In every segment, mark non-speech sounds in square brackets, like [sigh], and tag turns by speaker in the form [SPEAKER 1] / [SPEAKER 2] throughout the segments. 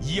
[SPEAKER 1] 以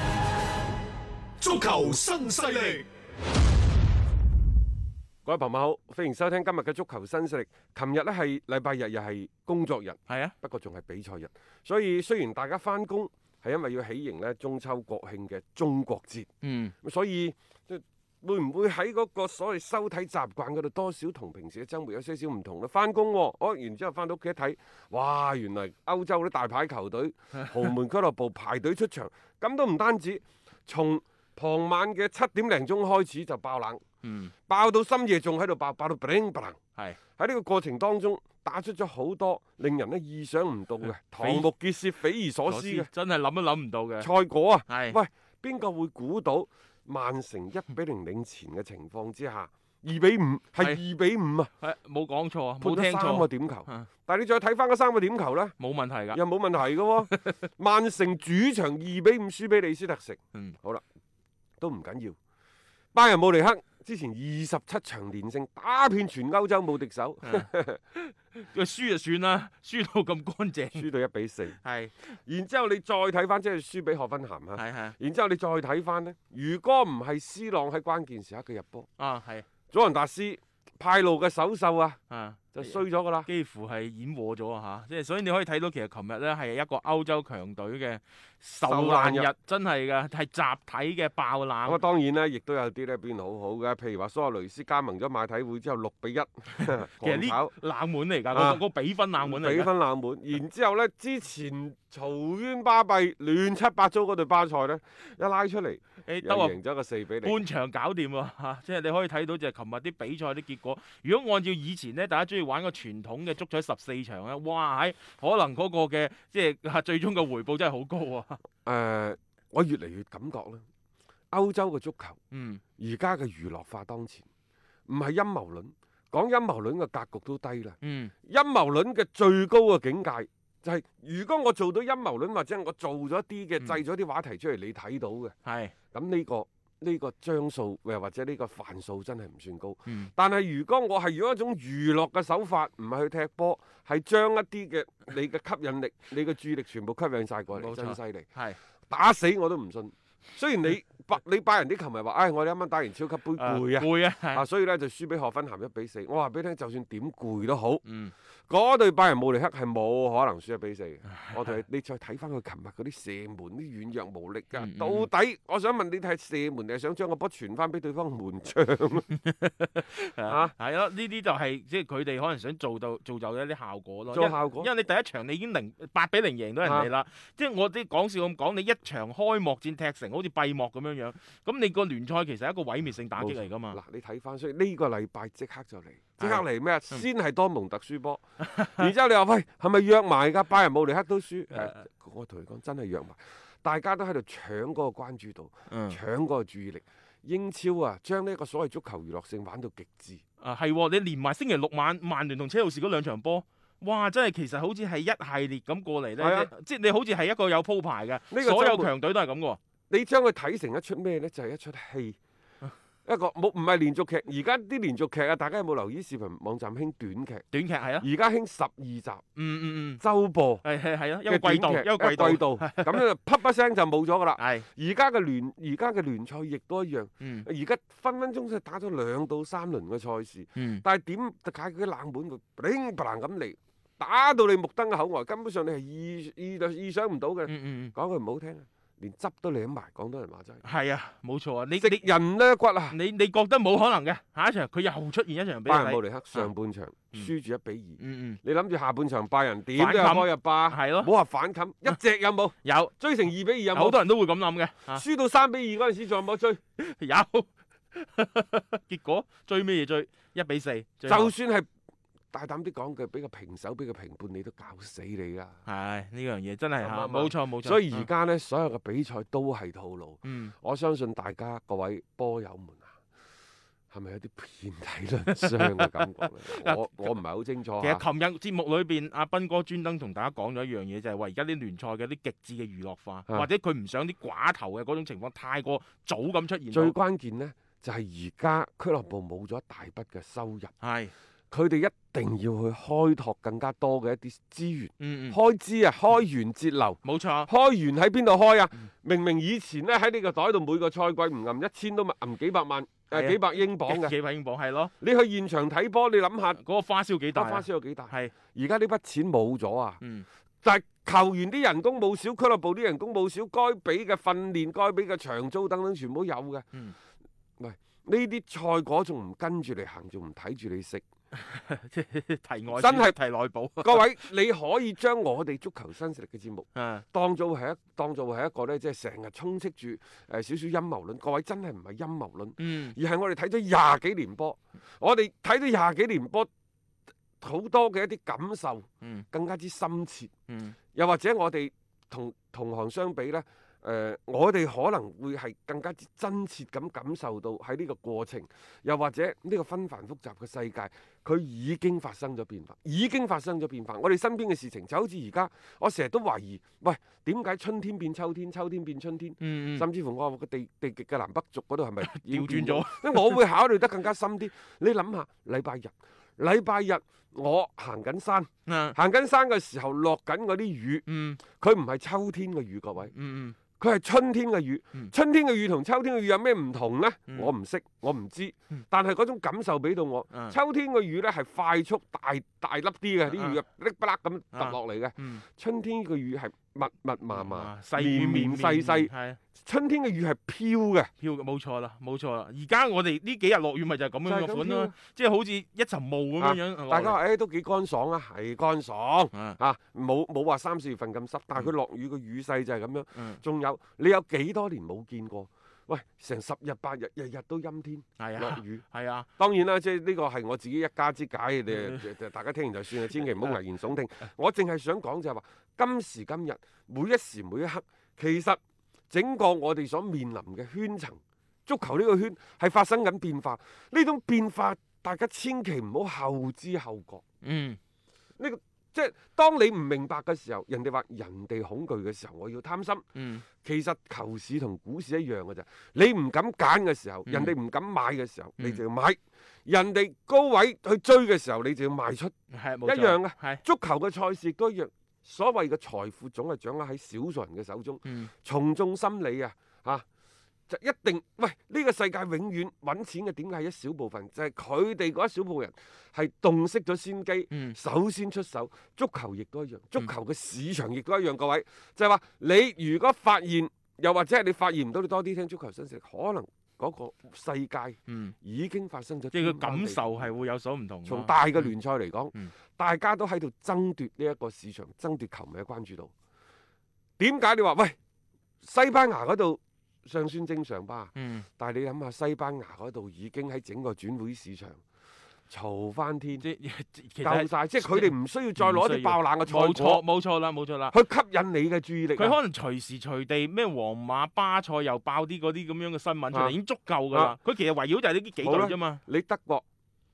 [SPEAKER 1] 足球新勢力，
[SPEAKER 2] 各位朋友好，歡迎收聽今日嘅足球新勢力。琴日呢係禮拜日，又係工作日，
[SPEAKER 3] 係啊，
[SPEAKER 2] 不過仲係比賽日，所以雖然大家翻工係因為要喜迎呢中秋國慶嘅中國節，
[SPEAKER 3] 嗯，
[SPEAKER 2] 咁所以即係會唔會喺嗰個所謂收睇習慣嗰度多少同平時嘅週末有些少唔同呢？翻工喎，哦，然之後翻到屋企一睇，哇！原來歐洲啲大牌
[SPEAKER 3] [laughs]
[SPEAKER 2] 球隊、豪門俱樂部排隊出場，咁都唔單止，從傍晚嘅七點零鐘開始就爆冷。
[SPEAKER 3] 嗯，
[SPEAKER 2] 爆到深夜仲喺度爆，爆到 bling bling。
[SPEAKER 3] 係
[SPEAKER 2] 喺呢個過程當中，打出咗好多令人咧意想唔到
[SPEAKER 3] 呃
[SPEAKER 2] 嘅瞠目結舌、匪夷所思嘅
[SPEAKER 3] 真係諗都諗唔到嘅，
[SPEAKER 2] 賽果啊！
[SPEAKER 3] 係
[SPEAKER 2] 喂，邊個會估到曼城一比零領前嘅情況之下，二比五係二比五啊，
[SPEAKER 3] 係冇講錯啊，
[SPEAKER 2] 判
[SPEAKER 3] 冇
[SPEAKER 2] 咗
[SPEAKER 3] 聽
[SPEAKER 2] 三個
[SPEAKER 3] 錯，
[SPEAKER 2] 點球
[SPEAKER 3] 嗯。
[SPEAKER 2] 但係你再睇翻嗰三個點球呢，
[SPEAKER 3] 冇問題㗎，
[SPEAKER 2] 又冇問題嘅喎。
[SPEAKER 3] [laughs]
[SPEAKER 2] 曼城主場二比五輸俾李斯特城。
[SPEAKER 3] 嗯
[SPEAKER 2] 好啦，都唔緊要。拜仁慕尼黑之前二十七場連勝，打遍全歐洲冇敵手，
[SPEAKER 3] 啊佢輸就算啦， [laughs] 輸到咁乾淨，
[SPEAKER 2] [laughs] 輸到一比四。
[SPEAKER 3] 係
[SPEAKER 2] 然之後你再睇翻，即係輸俾賀芬咸啊。
[SPEAKER 3] 係係
[SPEAKER 2] 然之後你再睇翻呢，如果唔係斯朗喺關鍵時刻嘅入波，
[SPEAKER 3] 啊係
[SPEAKER 2] 祖雲達斯派路嘅手秀啊，
[SPEAKER 3] 啊，
[SPEAKER 2] 就衰咗㗎啦。
[SPEAKER 3] 幾乎係演和咗啊嚇，即係所以你可以睇到其實琴日咧係一個歐洲強隊嘅受難
[SPEAKER 2] 受難
[SPEAKER 3] 日，真係㗎，係集體嘅爆
[SPEAKER 2] 咁啊，
[SPEAKER 3] 冷，
[SPEAKER 2] 當然咧，亦都有啲咧表現好好嘅，譬如話蘇亞雷斯加盟咗馬體會之後六比一， [laughs]
[SPEAKER 3] [laughs] 其實
[SPEAKER 2] 狂
[SPEAKER 3] 呢
[SPEAKER 2] 跑
[SPEAKER 3] 冷門嚟㗎，
[SPEAKER 2] 啊
[SPEAKER 3] 嗰個比分冷門嚟
[SPEAKER 2] 比
[SPEAKER 3] 㗎，
[SPEAKER 2] 分冷門。然之後呢，之前嘈冤巴閉、亂七八糟嗰隊巴塞呢，一拉出嚟
[SPEAKER 3] 誒
[SPEAKER 2] 又
[SPEAKER 3] 得啊
[SPEAKER 2] 贏咗個四比零。
[SPEAKER 3] 半場搞掂喎嚇，即係你可以睇到就係琴日啲比賽啲結果。如果按照以前呢，大家中意玩個傳統嘅足彩十四場咧，哇喺可能嗰個嘅即係啊最終嘅回報真係好高啊！
[SPEAKER 2] 誒、呃我越嚟越感覺咧，歐洲嘅足球
[SPEAKER 3] 嗯，
[SPEAKER 2] 而家嘅娛樂化當前，唔係陰謀論，講陰謀論嘅格局都低啦。
[SPEAKER 3] 嗯，
[SPEAKER 2] 陰謀論嘅最高嘅境界就係、如果我做到陰謀論，或者我做咗啲嘅
[SPEAKER 3] 嗯
[SPEAKER 2] 製咗啲話題出嚟，你睇到嘅，
[SPEAKER 3] [laughs] 係，
[SPEAKER 2] 咁呢、個。呢個張數又或者呢個範數真係唔算高，
[SPEAKER 3] 嗯
[SPEAKER 2] 但係如果我係用一種娛樂嘅手法，唔係去踢波，係將一啲嘅你嘅吸引力、你嘅注意力全部吸引晒過嚟，
[SPEAKER 3] 冇錯
[SPEAKER 2] 真犀利。
[SPEAKER 3] 係，
[SPEAKER 2] 打死我都唔信。雖然你拜你拜仁啲球迷話，唉、我哋啱啱打完超級杯
[SPEAKER 3] 誒
[SPEAKER 2] 攰啊，
[SPEAKER 3] 嗯攰啊，係
[SPEAKER 2] 啊，所以咧就輸俾賀芬咸一比四。我話俾你聽，就算點攰都好，
[SPEAKER 3] 嗯，
[SPEAKER 2] 嗰隊拜仁慕尼黑係冇可能輸一比四嘅。我同你你再睇翻佢琴日嗰啲射門啲軟弱無力㗎，
[SPEAKER 3] 嗯嗯嗯
[SPEAKER 2] 到底我想問你係射門定係想將個波傳翻俾對方門將？
[SPEAKER 3] 係啊
[SPEAKER 2] 啊
[SPEAKER 3] 係咯，呢啲就係即係佢哋可能想做到造就一啲效果啊咯。
[SPEAKER 2] 做
[SPEAKER 3] 因為
[SPEAKER 2] 效果
[SPEAKER 3] 因為你第一場你已經零八比零贏到人哋啦，即係我啲講笑咁講，你一場開幕戰踢成好似閉幕咁樣樣，咁你個聯賽其實係一個毀滅性打擊嚟㗎嘛。
[SPEAKER 2] 嗱，你睇翻，所以呢個禮拜即刻就嚟，即刻
[SPEAKER 3] 係嗯
[SPEAKER 2] 嚟咩啊？先係多蒙特
[SPEAKER 3] [laughs]
[SPEAKER 2] 輸波，然之後你話喂，係咪約埋㗎？拜仁慕尼黑都
[SPEAKER 3] [laughs]
[SPEAKER 2] 輸，誒，我同你講真係約埋，大家都喺度搶嗰個關注度，
[SPEAKER 3] 嗯
[SPEAKER 2] 搶嗰個注意力。英超啊，將呢一個所謂足球娛樂性玩到極致，
[SPEAKER 3] 啊，係喎，你連埋星期六晚曼聯同車路士嗰兩場波，哇！真係其實好似係一系列咁過嚟
[SPEAKER 2] 係
[SPEAKER 3] 咧
[SPEAKER 2] 啊，
[SPEAKER 3] 即即係你好似係一個有鋪排嘅，
[SPEAKER 2] 個
[SPEAKER 3] 所
[SPEAKER 2] 周
[SPEAKER 3] 有
[SPEAKER 2] 末
[SPEAKER 3] 強隊都係咁嘅
[SPEAKER 2] 你將佢睇成一出咩呢？就係、一出
[SPEAKER 3] [laughs]
[SPEAKER 2] 戲。一個冇唔係連續劇，而家啲連續劇啊，大家有冇留意視頻網站興短劇？
[SPEAKER 3] 短劇係啊，
[SPEAKER 2] 而家興十二集
[SPEAKER 3] 嗯嗯
[SPEAKER 2] 周播
[SPEAKER 3] 嗯，係係係啊，一
[SPEAKER 2] 嘅
[SPEAKER 3] 個季
[SPEAKER 2] 短
[SPEAKER 3] 度
[SPEAKER 2] 劇
[SPEAKER 3] 一個季度，
[SPEAKER 2] 度，
[SPEAKER 3] [laughs]
[SPEAKER 2] 咁樣就啪一聲就冇咗㗎啦。
[SPEAKER 3] 係
[SPEAKER 2] 而家嘅聯而家嘅聯賽亦都一樣，
[SPEAKER 3] 嗯
[SPEAKER 2] 而家分分鐘就打咗兩到三輪嘅賽事，
[SPEAKER 3] 嗯
[SPEAKER 2] 但係點解佢啲冷門會砰砰咁嚟，打到你目瞪口呆，根本上你係意意意想唔到嘅。
[SPEAKER 3] 嗯嗯嗯
[SPEAKER 2] 講句唔好聽啊，連汁都舐埋，廣東人話齋。
[SPEAKER 3] 係啊，冇錯啊，你
[SPEAKER 2] 食
[SPEAKER 3] 你
[SPEAKER 2] 人呢骨啊！
[SPEAKER 3] 你你覺得冇可能嘅，下一場佢又出現一場俾你
[SPEAKER 2] 拜仁
[SPEAKER 3] 睇，
[SPEAKER 2] 慕尼黑上半場
[SPEAKER 3] 嗯
[SPEAKER 2] 輸住一比二，
[SPEAKER 3] 嗯
[SPEAKER 2] 你諗住下半場拜仁點
[SPEAKER 3] 反
[SPEAKER 2] 都有
[SPEAKER 3] 冚
[SPEAKER 2] 波入
[SPEAKER 3] 嗯，
[SPEAKER 2] 霸，
[SPEAKER 3] 係
[SPEAKER 2] 唔好
[SPEAKER 3] 咯，
[SPEAKER 2] 話反冚，一隻有冇？
[SPEAKER 3] 有
[SPEAKER 2] 追成二比二有
[SPEAKER 3] 好
[SPEAKER 2] 冇？
[SPEAKER 3] 多人都會咁諗嘅，啊
[SPEAKER 2] 輸到三比二嗰陣時仲有冇追？
[SPEAKER 3] 有， [laughs] 結果追咩嘢追？一比四，
[SPEAKER 2] 就
[SPEAKER 3] 最後
[SPEAKER 2] 算係大膽啲講句，俾個平手，俾個平半，你都搞死你啦！
[SPEAKER 3] 係呢樣嘢真係
[SPEAKER 2] 啱
[SPEAKER 3] 嚇，
[SPEAKER 2] 啱
[SPEAKER 3] 冇錯冇錯。
[SPEAKER 2] 所以而
[SPEAKER 3] 嗯
[SPEAKER 2] 家呢，所有嘅比賽都係套路。
[SPEAKER 3] 嗯
[SPEAKER 2] 我相信大家各位波友們啊，係咪有啲遍體鱗傷嘅感覺咧？
[SPEAKER 3] [laughs] 嗱
[SPEAKER 2] 我我唔係好清楚
[SPEAKER 3] 其
[SPEAKER 2] 啊
[SPEAKER 3] 實琴日節目裏邊，阿斌哥專登同大家講咗一樣嘢，就係話而家啲聯賽嘅啲極致嘅娛樂化，
[SPEAKER 2] 啊
[SPEAKER 3] 或者佢唔想啲寡頭嘅嗰種情況太過早咁出現到。
[SPEAKER 2] 最關鍵呢，就係而家俱樂部冇咗一大筆嘅收入，
[SPEAKER 3] 係，
[SPEAKER 2] 佢哋一定要去開拓更加多嘅一啲資源、
[SPEAKER 3] 嗯嗯，
[SPEAKER 2] 開支啊，開源節流。
[SPEAKER 3] 冇錯，
[SPEAKER 2] 開源喺邊度開啊
[SPEAKER 3] 嗯？
[SPEAKER 2] 明明以前呢，喺你個袋度每個賽季唔揞一千都咪揞幾百萬，誒、
[SPEAKER 3] 係啊
[SPEAKER 2] 幾百英鎊
[SPEAKER 3] 幾
[SPEAKER 2] 嘅。
[SPEAKER 3] 幾位英鎊係咯，
[SPEAKER 2] 你去現場睇波，你諗下
[SPEAKER 3] 嗰個花銷幾大
[SPEAKER 2] 花
[SPEAKER 3] 啊
[SPEAKER 2] 花？銷有幾大？
[SPEAKER 3] 係，
[SPEAKER 2] 而家呢筆錢冇咗啊！
[SPEAKER 3] 嗯， [laughs]
[SPEAKER 2] 但係球員啲人工冇少，俱樂部啲人工冇少，該俾嘅訓練、該俾嘅長租等等，全部都有嘅。
[SPEAKER 3] 嗯
[SPEAKER 2] 喂，呢啲賽果仲唔跟住你行，仲唔睇住你食？
[SPEAKER 3] 即係題外
[SPEAKER 2] 真係
[SPEAKER 3] 提內部，
[SPEAKER 2] 各位，你可以將我哋足球新勢力嘅節目
[SPEAKER 3] [laughs] 啊，
[SPEAKER 2] 當做係一當做係一個呢，即係成日充斥住誒呃少少陰謀論。各位真係唔係陰謀論，
[SPEAKER 3] 嗯，
[SPEAKER 2] 而係我哋睇咗廿幾年波，我哋睇咗廿幾年波，好多嘅一啲感受
[SPEAKER 3] 嗯，
[SPEAKER 2] 更加之深切。
[SPEAKER 3] 嗯，
[SPEAKER 2] 又或者我哋同同行相比呢，誒、呃我哋可能會係更加之真切咁感受到喺呢個過程，又或者呢個紛繁複雜嘅世界，佢已經發生咗變化，已經發生咗變化。我哋身邊嘅事情就好似而家，我成日都懷疑，喂，點解春天變秋天，秋天變春天？
[SPEAKER 3] 嗯，嗯
[SPEAKER 2] 甚至乎我話個地地極嘅南北軸嗰度
[SPEAKER 3] [laughs]
[SPEAKER 2] 係咪已經
[SPEAKER 3] 調轉
[SPEAKER 2] 變
[SPEAKER 3] 咗？
[SPEAKER 2] 因為我會考慮得更加深啲。你諗下，禮拜日，禮拜日我行
[SPEAKER 3] [laughs]
[SPEAKER 2] 緊山，
[SPEAKER 3] 啊，
[SPEAKER 2] 行緊山嘅時候落緊嗰啲雨。
[SPEAKER 3] 嗯，
[SPEAKER 2] 佢唔係秋天嘅雨，各位，
[SPEAKER 3] 嗯
[SPEAKER 2] 佢係春天嘅雨。
[SPEAKER 3] 嗯
[SPEAKER 2] 春天嘅雨同秋天嘅雨有咩唔同呢？
[SPEAKER 3] 嗯
[SPEAKER 2] 我唔識，我唔知
[SPEAKER 3] 嗯。
[SPEAKER 2] 但係嗰種感受俾到我。
[SPEAKER 3] 嗯啊，
[SPEAKER 2] 秋天嘅雨呢係快速大大粒啲嘅，
[SPEAKER 3] 啊
[SPEAKER 2] 啲雨啊粒不啦咁揼落嚟嘅。
[SPEAKER 3] 嗯，
[SPEAKER 2] 春天嘅雨係密密麻麻、
[SPEAKER 3] 啊細
[SPEAKER 2] 綿綿啊細細。
[SPEAKER 3] 係。
[SPEAKER 2] 春天嘅雨係飄嘅，
[SPEAKER 3] 票嘅冇錯啦，冇錯啦。而家我哋呢幾日落雨咪就係咁樣
[SPEAKER 2] 就係咁
[SPEAKER 3] 嘅款
[SPEAKER 2] 飄
[SPEAKER 3] 咯
[SPEAKER 2] 啊，
[SPEAKER 3] 即係好似一層霧咁樣樣落嚟。
[SPEAKER 2] 大家話誒都幾乾爽啊，係乾爽。
[SPEAKER 3] 啊，
[SPEAKER 2] 啊，冇冇話三四月份咁濕，但係佢落雨個雨勢就係咁樣。
[SPEAKER 3] 嗯，
[SPEAKER 2] 仲有你有幾多年冇見過？喂，成十日八日，日日都陰天
[SPEAKER 3] 係
[SPEAKER 2] 落
[SPEAKER 3] 啊，
[SPEAKER 2] 雨。
[SPEAKER 3] 係啊，
[SPEAKER 2] 當然啦，即係呢個係我自己一家之解，
[SPEAKER 3] 嗯
[SPEAKER 2] 你大家聽完
[SPEAKER 3] [laughs]
[SPEAKER 2] 就算啦，千祈唔好危言聳聽。我淨係想講就係話，今時今日每一時每一刻，其實整個我哋所面臨嘅圈層，足球呢個圈係發生緊變化。呢種變化，大家千祈唔好後知後覺。
[SPEAKER 3] 嗯，
[SPEAKER 2] 即係當你唔明白嘅時候，人哋話人哋恐懼嘅時候，我要貪心。
[SPEAKER 3] 嗯，
[SPEAKER 2] 其實球市同股市一樣嘅咋，你唔敢揀嘅時候，
[SPEAKER 3] 嗯
[SPEAKER 2] 人哋唔敢買嘅時候，
[SPEAKER 3] 嗯
[SPEAKER 2] 你就要買；人哋高位去追嘅時候，你就要賣出。
[SPEAKER 3] 係冇
[SPEAKER 2] 一樣嘅
[SPEAKER 3] 係，
[SPEAKER 2] 足球嘅賽事亦都一樣，所謂嘅財富總係掌握喺少數人嘅手中，
[SPEAKER 3] 嗯，
[SPEAKER 2] 從眾心理啊，嚇、就一定喂呢、個世界永遠揾錢嘅點解係一小部分，就係佢哋嗰一小部分人係洞悉咗先機。
[SPEAKER 3] 嗯，
[SPEAKER 2] 首先出手，足球亦都一樣，足球嘅市場亦都一樣，各位就係話你如果發現，又或者係你發現唔到，你多啲聽足球新勢力，可能嗰個世界
[SPEAKER 3] 嗯，
[SPEAKER 2] 已經發生咗
[SPEAKER 3] 即
[SPEAKER 2] 天
[SPEAKER 3] 係
[SPEAKER 2] 翻
[SPEAKER 3] 佢
[SPEAKER 2] 地覆。
[SPEAKER 3] 感受係會有所唔同咯。
[SPEAKER 2] 從大嘅聯賽嚟講，
[SPEAKER 3] 嗯
[SPEAKER 2] 大家都喺度爭奪呢一個市場，爭奪球迷嘅關注度。點解你話喂西班牙嗰度尚算正常吧？
[SPEAKER 3] 嗯，
[SPEAKER 2] 但係你諗下西班牙嗰度已經喺整個轉會市場嘈翻天。
[SPEAKER 3] 即係 [laughs] 其實
[SPEAKER 2] 夠
[SPEAKER 3] 係
[SPEAKER 2] 晒，即係佢哋唔需要再
[SPEAKER 3] 唔
[SPEAKER 2] 攞
[SPEAKER 3] 需
[SPEAKER 2] 啲
[SPEAKER 3] 要
[SPEAKER 2] 爆冷
[SPEAKER 3] 冇
[SPEAKER 2] 嘅賽
[SPEAKER 3] 錯
[SPEAKER 2] 果
[SPEAKER 3] 冇錯啦，冇錯啦。
[SPEAKER 2] 去吸引你嘅注意力啊。
[SPEAKER 3] 佢可能隨時隨地咩皇馬、巴塞又爆啲嗰啲咁樣嘅新聞出嚟，
[SPEAKER 2] 啊
[SPEAKER 3] 已經足夠㗎啦。佢其實圍繞就係呢幾隊
[SPEAKER 2] 好啦
[SPEAKER 3] 啫嘛。
[SPEAKER 2] 你德國，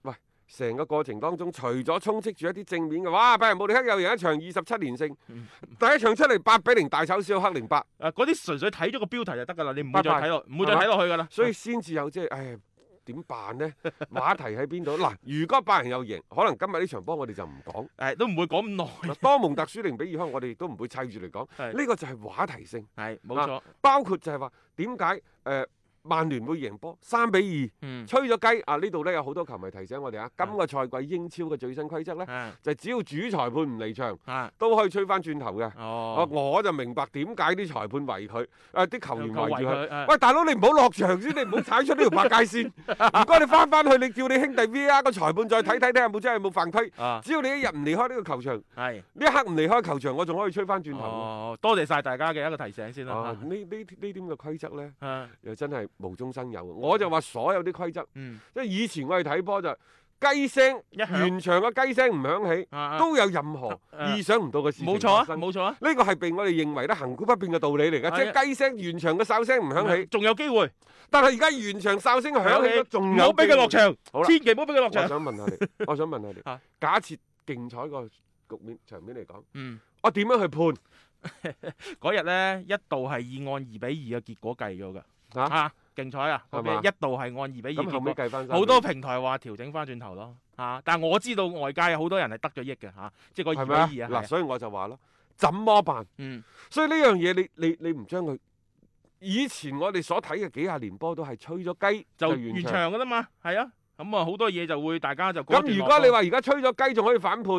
[SPEAKER 2] 喂，成個過程當中，除咗充斥住一啲正面嘅，哇！拜仁慕尼黑又贏一場二十七連勝，
[SPEAKER 3] 嗯
[SPEAKER 2] 第一場出嚟八比零大炒小黑零八，
[SPEAKER 3] 誒，啊嗰啲純粹睇咗個標題就得㗎啦，你唔會再
[SPEAKER 2] 拜拜
[SPEAKER 3] 睇落，唔會再睇落去㗎啦。
[SPEAKER 2] 所以先至有即係，唉。點辦呢？話題喺邊度？嗱，如果拜仁又贏，可能今日呢場波我哋就唔講。
[SPEAKER 3] 誒都唔會講咁耐。
[SPEAKER 2] 嗱多蒙特輸零比二開，我哋亦都唔會砌住嚟講。
[SPEAKER 3] 係
[SPEAKER 2] 呢個就係話題性。
[SPEAKER 3] 係冇錯，
[SPEAKER 2] 包括就係話點解誒呃曼聯會贏波，三比二，
[SPEAKER 3] 嗯，
[SPEAKER 2] 吹咗雞啊！呢度呢有好多球迷提醒我哋啊，今個賽季英超嘅最新規則呢，
[SPEAKER 3] 啊
[SPEAKER 2] 就係只要主裁判唔離場，
[SPEAKER 3] 啊，
[SPEAKER 2] 都可以吹翻轉頭嘅。我
[SPEAKER 3] 哦，
[SPEAKER 2] 我就明白點解啲裁判圍佢，誒、呃啲球員圍住
[SPEAKER 3] 有球
[SPEAKER 2] 佢。
[SPEAKER 3] 圍佢啊
[SPEAKER 2] 喂，大佬你唔好落場先，你唔好踩出呢條白界
[SPEAKER 3] [laughs]
[SPEAKER 2] 線。唔該，你翻翻去，你叫你兄弟 V R 個裁判再睇睇睇有冇真係有冇犯規。
[SPEAKER 3] 啊，
[SPEAKER 2] 只要你一日唔離開呢個球場，
[SPEAKER 3] 係，
[SPEAKER 2] 呢一刻唔離開球場，我仲可以吹翻轉
[SPEAKER 3] ờ,
[SPEAKER 2] 頭。
[SPEAKER 3] 哦，多謝晒大家嘅一個提醒先
[SPEAKER 2] 啊！
[SPEAKER 3] 啦
[SPEAKER 2] 呢呢呢啲咁嘅規則呢，
[SPEAKER 3] 嚇，啊，
[SPEAKER 2] 又真係無中生有。我就話所有啲規則，
[SPEAKER 3] 嗯，
[SPEAKER 2] 即係以前我哋睇波就雞聲，
[SPEAKER 3] 一響
[SPEAKER 2] 完場嘅雞聲唔響起，
[SPEAKER 3] 啊啊
[SPEAKER 2] 都有任何
[SPEAKER 3] 啊
[SPEAKER 2] 意想唔到嘅事情
[SPEAKER 3] 冇錯啊，
[SPEAKER 2] 發生
[SPEAKER 3] 冇錯啊，
[SPEAKER 2] 呢個係被我哋認為咧恒古不變嘅道理嚟
[SPEAKER 3] 係
[SPEAKER 2] 㗎，
[SPEAKER 3] 啊
[SPEAKER 2] 即係雞聲完場嘅哨聲唔響起，
[SPEAKER 3] 仲有機會，
[SPEAKER 2] 但係而家完場哨聲響起都仲
[SPEAKER 3] 唔
[SPEAKER 2] 有。
[SPEAKER 3] 好俾佢落。場
[SPEAKER 2] 好，啦
[SPEAKER 3] 千祈唔好俾佢落
[SPEAKER 2] 我
[SPEAKER 3] 場。
[SPEAKER 2] 想問下
[SPEAKER 3] [laughs]
[SPEAKER 2] 你，我想問下你
[SPEAKER 3] 啊，
[SPEAKER 2] 假設競彩個局面場面嚟講，
[SPEAKER 3] 嗯，
[SPEAKER 2] 我點樣去判
[SPEAKER 3] 嗰日咧一度係以按二比二嘅結果計咗㗎，
[SPEAKER 2] 嚇？
[SPEAKER 3] 啊，競彩啊，嗰
[SPEAKER 2] 係嘛
[SPEAKER 3] 邊一度係按二比二
[SPEAKER 2] 咁後
[SPEAKER 3] 結果。
[SPEAKER 2] 尾計翻
[SPEAKER 3] 好多平台話調整翻轉頭咯，嚇、但係我知道外界有好多人係得咗益嘅嚇、即係個
[SPEAKER 2] 係
[SPEAKER 3] 二
[SPEAKER 2] 咪啊？
[SPEAKER 3] 比二啊，係
[SPEAKER 2] 嗱，
[SPEAKER 3] 啊
[SPEAKER 2] 所以我就話咯，怎麼辦？
[SPEAKER 3] 嗯，
[SPEAKER 2] 所以呢樣嘢你你你唔將佢。以前我哋所睇嘅幾廿年波都係吹咗雞
[SPEAKER 3] 就
[SPEAKER 2] 完
[SPEAKER 3] 完場噶啦嘛，係啊，咁啊好多嘢就會大家就過一段
[SPEAKER 2] 咁如
[SPEAKER 3] 落
[SPEAKER 2] 果你
[SPEAKER 3] 咯
[SPEAKER 2] 話而家吹咗雞仲可以反判，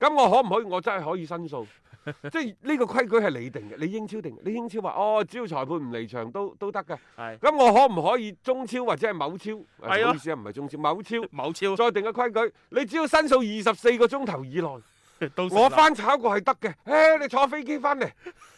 [SPEAKER 2] 咁我可唔可以？我真係可以
[SPEAKER 3] [laughs]
[SPEAKER 2] 申訴，即係呢個規矩係你定嘅，你英超定嘅，你英超話哦，只要裁判唔離場都都得嘅。
[SPEAKER 3] 係
[SPEAKER 2] 咁我可唔可以中超或者係某超？唔好
[SPEAKER 3] 係啊
[SPEAKER 2] 意思啊，唔係中超，某超
[SPEAKER 3] 某超
[SPEAKER 2] 再定嘅規矩，你只要申訴二十四個鐘頭以內，
[SPEAKER 3] 到時啦
[SPEAKER 2] 我翻炒過係得嘅。誒、你坐飛機翻嚟，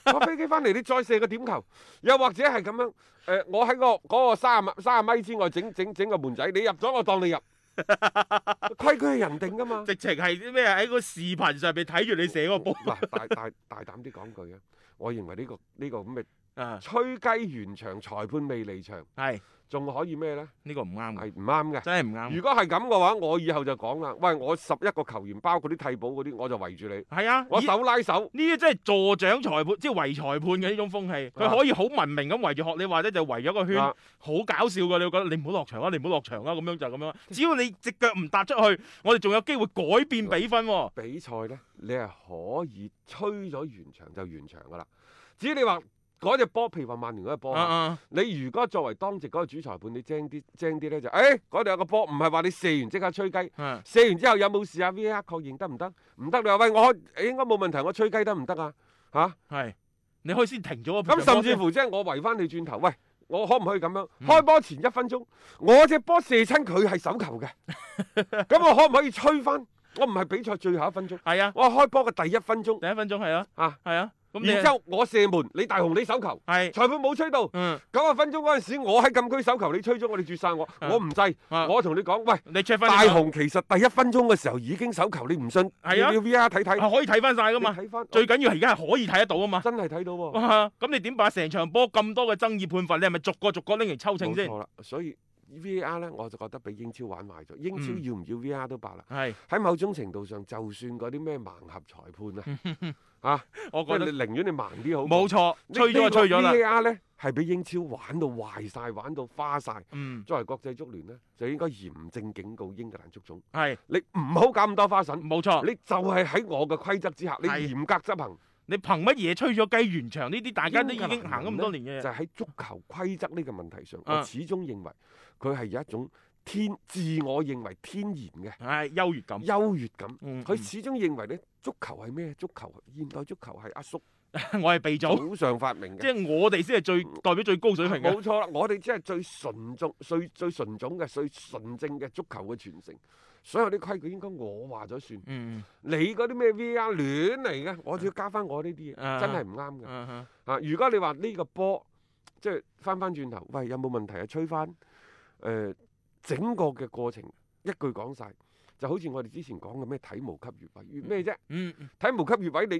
[SPEAKER 2] [laughs] 坐飛機翻嚟，你再射個點球，又或者係咁樣誒、呃我喺個嗰個三十三十米之外整整整個門仔，你入咗我當
[SPEAKER 3] [laughs]
[SPEAKER 2] 你入。規矩係人定㗎嘛？
[SPEAKER 3] 直情係啲咩喺個視頻上面睇住你寫嗰個波
[SPEAKER 2] 嗱，大大大膽啲講句啊！我認為呢、個呢、個咁嘅
[SPEAKER 3] 啊，
[SPEAKER 2] 吹雞完場，裁判未離場，
[SPEAKER 3] 係呢、
[SPEAKER 2] 仲可以咩呢？
[SPEAKER 3] 個唔啱嘅，
[SPEAKER 2] 係唔啱嘅。
[SPEAKER 3] 真係唔啱嘅。
[SPEAKER 2] 如果係咁嘅話，我以後就講啦。喂，我十一個球員，包括啲替補嗰啲，我就圍住你，
[SPEAKER 3] 係啊，
[SPEAKER 2] 我
[SPEAKER 3] 以
[SPEAKER 2] 手拉手。
[SPEAKER 3] 呢啲真係助長裁判，即係圍裁判嘅呢種風氣。
[SPEAKER 2] 啊
[SPEAKER 3] 佢可以好文明咁圍住學你話啫，就圍咗個圈，
[SPEAKER 2] 啊
[SPEAKER 3] 好搞笑噶。你會覺得你唔好落場啊，你唔好落場啊，咁樣就咁 [laughs] 樣。只要你只腳唔踏出去，我哋仲有機會改變比分喎。
[SPEAKER 2] 比賽呢，你係可以吹咗完場就完場噶啦。至於你話嗰只波，譬如話曼聯嗰只波
[SPEAKER 3] 啊
[SPEAKER 2] 啊，
[SPEAKER 3] 啊，
[SPEAKER 2] 你如果作為當值嗰個主裁判，你精啲精啲呢，就，誒嗰度有個波，唔係話你射完即刻吹雞。
[SPEAKER 3] 啊
[SPEAKER 2] 射完之後有冇事啊？VAR 確認得唔得？唔得你話喂，我誒應該冇問題，我吹雞得唔得啊？嚇、
[SPEAKER 3] 係你可以先嗯停咗個
[SPEAKER 2] 咁甚至
[SPEAKER 3] 乎
[SPEAKER 2] 乎即係我圍翻你轉頭，喂，我可唔可以咁樣？開波前一分鐘，我只波射親佢係
[SPEAKER 3] [laughs]
[SPEAKER 2] 手球嘅，咁我可唔可以吹翻？我唔係比賽最後一分鐘，
[SPEAKER 3] 係啊，
[SPEAKER 2] 我係開波嘅第一分鐘
[SPEAKER 3] 第一分鐘係啊，
[SPEAKER 2] 啊！
[SPEAKER 3] 係啊，咁你
[SPEAKER 2] 然之後我射門，你大雄你手球，
[SPEAKER 3] 係
[SPEAKER 2] 裁判冇吹到。
[SPEAKER 3] 嗯
[SPEAKER 2] 九十分鐘嗰陣時，我喺禁區手球，你吹咗我，你絕殺我，
[SPEAKER 3] 啊
[SPEAKER 2] 我唔制。
[SPEAKER 3] 啊
[SPEAKER 2] 我同你講，喂，
[SPEAKER 3] 你 check 翻
[SPEAKER 2] 大雄其實第一分鐘嘅時候已經手球，你唔信？
[SPEAKER 3] 係啊
[SPEAKER 2] 你要 VR 睇睇。
[SPEAKER 3] 可以睇翻晒噶嘛。
[SPEAKER 2] 你睇翻
[SPEAKER 3] 最緊要係而家係可以睇得到啊嘛。
[SPEAKER 2] 真係睇到喎，
[SPEAKER 3] 哇！咁你點把成場波咁多嘅爭議判罰，你係咪逐個逐個拎嚟抽
[SPEAKER 2] 冇
[SPEAKER 3] 秤先？
[SPEAKER 2] 錯啦。所以 VAR 呢，我就覺得俾英超玩壞咗。英超
[SPEAKER 3] 嗯
[SPEAKER 2] 要唔要 VAR 都罷啦。
[SPEAKER 3] 係，
[SPEAKER 2] 喺某種程度上，就算嗰啲咩盲盒裁判
[SPEAKER 3] [laughs]
[SPEAKER 2] 啊，啊，
[SPEAKER 3] 我
[SPEAKER 2] 即
[SPEAKER 3] 覺
[SPEAKER 2] 係
[SPEAKER 3] 得
[SPEAKER 2] 你寧願你盲啲好過。
[SPEAKER 3] 冇錯，
[SPEAKER 2] 呢
[SPEAKER 3] 吹咗就吹咗啦
[SPEAKER 2] 呢個。VAR 呢係俾英超玩到壞晒，玩到花晒。
[SPEAKER 3] 嗯，
[SPEAKER 2] 作為國際足聯呢，就應該嚴正警告英格蘭足總，
[SPEAKER 3] 係
[SPEAKER 2] 你唔好搞咁多花神，
[SPEAKER 3] 冇錯。
[SPEAKER 2] 你就係喺我嘅規則之下，你
[SPEAKER 3] 係
[SPEAKER 2] 嚴格執行。
[SPEAKER 3] 你憑乜嘢吹咗雞完場呢啲？大家都已經行咗咁多年
[SPEAKER 2] 就
[SPEAKER 3] 嘅嘢，
[SPEAKER 2] 係喺足球規則呢個問題上，
[SPEAKER 3] 啊
[SPEAKER 2] 我始終認為佢係有一種天自我認為天然
[SPEAKER 3] 唉，優越感
[SPEAKER 2] 嘅。優越感。
[SPEAKER 3] 嗯，
[SPEAKER 2] 佢始終認為咧，足球係咩？足球現代足球係阿叔
[SPEAKER 3] 嗯我係鼻祖，
[SPEAKER 2] 早上發明
[SPEAKER 3] 即
[SPEAKER 2] 嘅。
[SPEAKER 3] 係我哋先係最代表最高水平嘅。
[SPEAKER 2] 冇錯啦，我哋只係最純種、最最純種嘅、最純正嘅足球嘅傳承。所有啲規矩應該我話咗算，
[SPEAKER 3] 嗯，
[SPEAKER 2] 你嗰啲咩 VR 亂嚟嘅，我就要加翻我呢啲嘢，
[SPEAKER 3] 啊
[SPEAKER 2] 真係唔啱嘅。
[SPEAKER 3] 嗯哼
[SPEAKER 2] 啊，如果你話呢個波即係翻翻轉頭，喂有冇問題啊？吹翻誒、呃整個嘅過程一句講晒，就好似我哋之前講嘅咩體毛級越位，越咩啫？
[SPEAKER 3] 嗯，嗯
[SPEAKER 2] 體毛級越位你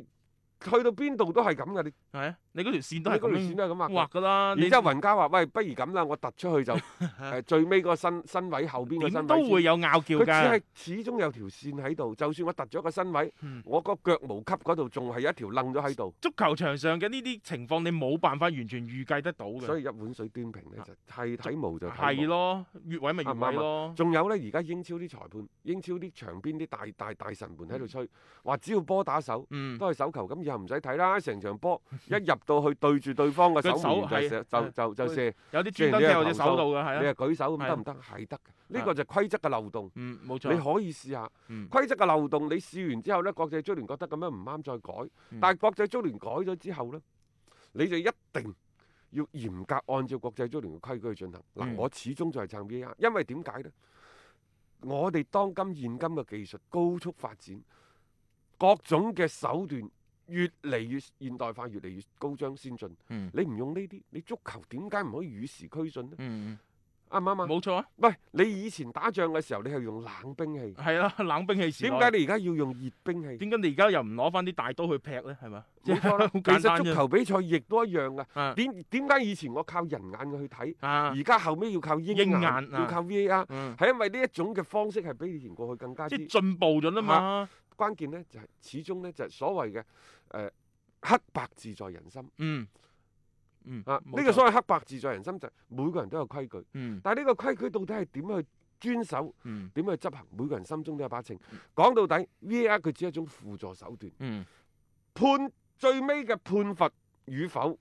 [SPEAKER 2] 去到邊度都係咁嘅，你
[SPEAKER 3] 係啊，你嗰條線
[SPEAKER 2] 你
[SPEAKER 3] 都
[SPEAKER 2] 嗰
[SPEAKER 3] 係
[SPEAKER 2] 條
[SPEAKER 3] 咁
[SPEAKER 2] 線
[SPEAKER 3] 樣
[SPEAKER 2] 都係咁畫
[SPEAKER 3] 畫
[SPEAKER 2] 嘅。
[SPEAKER 3] 噶啦。你
[SPEAKER 2] 然之後雲家話：喂，不如咁啦，我突
[SPEAKER 3] [laughs]
[SPEAKER 2] 出去就誒最尾個身身位後邊個身
[SPEAKER 3] 點
[SPEAKER 2] 位
[SPEAKER 3] 都會
[SPEAKER 2] 先
[SPEAKER 3] 有拗撬
[SPEAKER 2] 佢只係
[SPEAKER 3] 㗎。
[SPEAKER 2] 始終有條線喺度，就算我突咗個身位，
[SPEAKER 3] 嗯
[SPEAKER 2] 我個腳毛級嗰度仲係有一條楞咗喺度。
[SPEAKER 3] 足球場上嘅呢啲情況，你冇辦法完全預計得到
[SPEAKER 2] 所
[SPEAKER 3] 嘅。
[SPEAKER 2] 以一碗水端平咧，就係體毛就體毛
[SPEAKER 3] 係咯，越位咪越
[SPEAKER 2] 啱唔啱啊
[SPEAKER 3] 位咯。
[SPEAKER 2] 仲有呢，而家英超啲裁判、英超啲場邊啲大大大神們喺度吹，話只要波打手
[SPEAKER 3] 嗯，
[SPEAKER 2] 都係手球，咁以後就唔使睇啦，成
[SPEAKER 3] [laughs]
[SPEAKER 2] 場波一入到去對住對方嘅
[SPEAKER 3] 佢
[SPEAKER 2] 守門
[SPEAKER 3] 手
[SPEAKER 2] 員就射
[SPEAKER 3] 係
[SPEAKER 2] 就就就
[SPEAKER 3] 佢
[SPEAKER 2] 射，
[SPEAKER 3] 有啲
[SPEAKER 2] 雖
[SPEAKER 3] 專
[SPEAKER 2] 然
[SPEAKER 3] 登
[SPEAKER 2] 呢
[SPEAKER 3] 掟
[SPEAKER 2] 個
[SPEAKER 3] 我隻手
[SPEAKER 2] 投訴
[SPEAKER 3] 度嘅，係啊
[SPEAKER 2] 你係
[SPEAKER 3] 啦，
[SPEAKER 2] 舉手咁
[SPEAKER 3] 係啊
[SPEAKER 2] 得唔得？係得嘅，呢
[SPEAKER 3] 係
[SPEAKER 2] 個就係規則嘅漏洞，
[SPEAKER 3] 嗯，冇
[SPEAKER 2] 你
[SPEAKER 3] 錯，
[SPEAKER 2] 可以試下。
[SPEAKER 3] 嗯
[SPEAKER 2] 規則嘅漏洞，你試完之後呢，國際足聯覺得咁樣唔啱再改，
[SPEAKER 3] 嗯
[SPEAKER 2] 但係國際足聯改咗之後呢，你就一定要嚴格按照國際足聯嘅規矩去進行。嗱、
[SPEAKER 3] 嗯
[SPEAKER 2] 我始終就係撐 VAR，因為點解呢？我哋當今現今嘅技術高速發展，各種嘅手段越嚟越現代化，越嚟越高張先進。
[SPEAKER 3] 嗯
[SPEAKER 2] 你唔用呢啲，你足球點解唔可以與時俱進呢？
[SPEAKER 3] 嗯，
[SPEAKER 2] 啱唔啱
[SPEAKER 3] 嗯
[SPEAKER 2] 啊？
[SPEAKER 3] 冇錯啊，
[SPEAKER 2] 喂，你以前打仗嘅時候，你係用冷兵器。
[SPEAKER 3] 係啦， [laughs] 冷兵器時
[SPEAKER 2] 點
[SPEAKER 3] 代
[SPEAKER 2] 解你而家要用熱兵器？
[SPEAKER 3] 點解你而家又唔攞翻啲大刀去劈咧？係咪？
[SPEAKER 2] 冇錯啦，
[SPEAKER 3] 好
[SPEAKER 2] 其
[SPEAKER 3] 簡單
[SPEAKER 2] 實
[SPEAKER 3] 啫
[SPEAKER 2] 足球比賽亦都一樣
[SPEAKER 3] 啊
[SPEAKER 2] [laughs] 噶。點點解以前我靠人眼去睇，
[SPEAKER 3] 啊，
[SPEAKER 2] 而家後尾要靠鷹
[SPEAKER 3] 鷹
[SPEAKER 2] 眼，
[SPEAKER 3] 眼啊
[SPEAKER 2] 要靠 VAR，
[SPEAKER 3] 嗯，
[SPEAKER 2] 係因為呢一種嘅方式係比以前過去更加
[SPEAKER 3] 即
[SPEAKER 2] 之
[SPEAKER 3] 係進步咗啦嘛，
[SPEAKER 2] 關鍵呢，就係、始終呢，就係、所謂嘅誒、呃黑白自在人心
[SPEAKER 3] 嗯嗯，
[SPEAKER 2] 啊！
[SPEAKER 3] 冇
[SPEAKER 2] 呢個
[SPEAKER 3] 錯
[SPEAKER 2] 所謂黑白自在人心就係每個人都有規矩，
[SPEAKER 3] 嗯
[SPEAKER 2] 但係呢個規矩到底係點去遵守、
[SPEAKER 3] 嗯
[SPEAKER 2] 點去執行，每個人心中都有把秤。講到底，VAR 佢只係一種輔助手段。
[SPEAKER 3] 嗯，
[SPEAKER 2] 判最尾嘅判罰與否，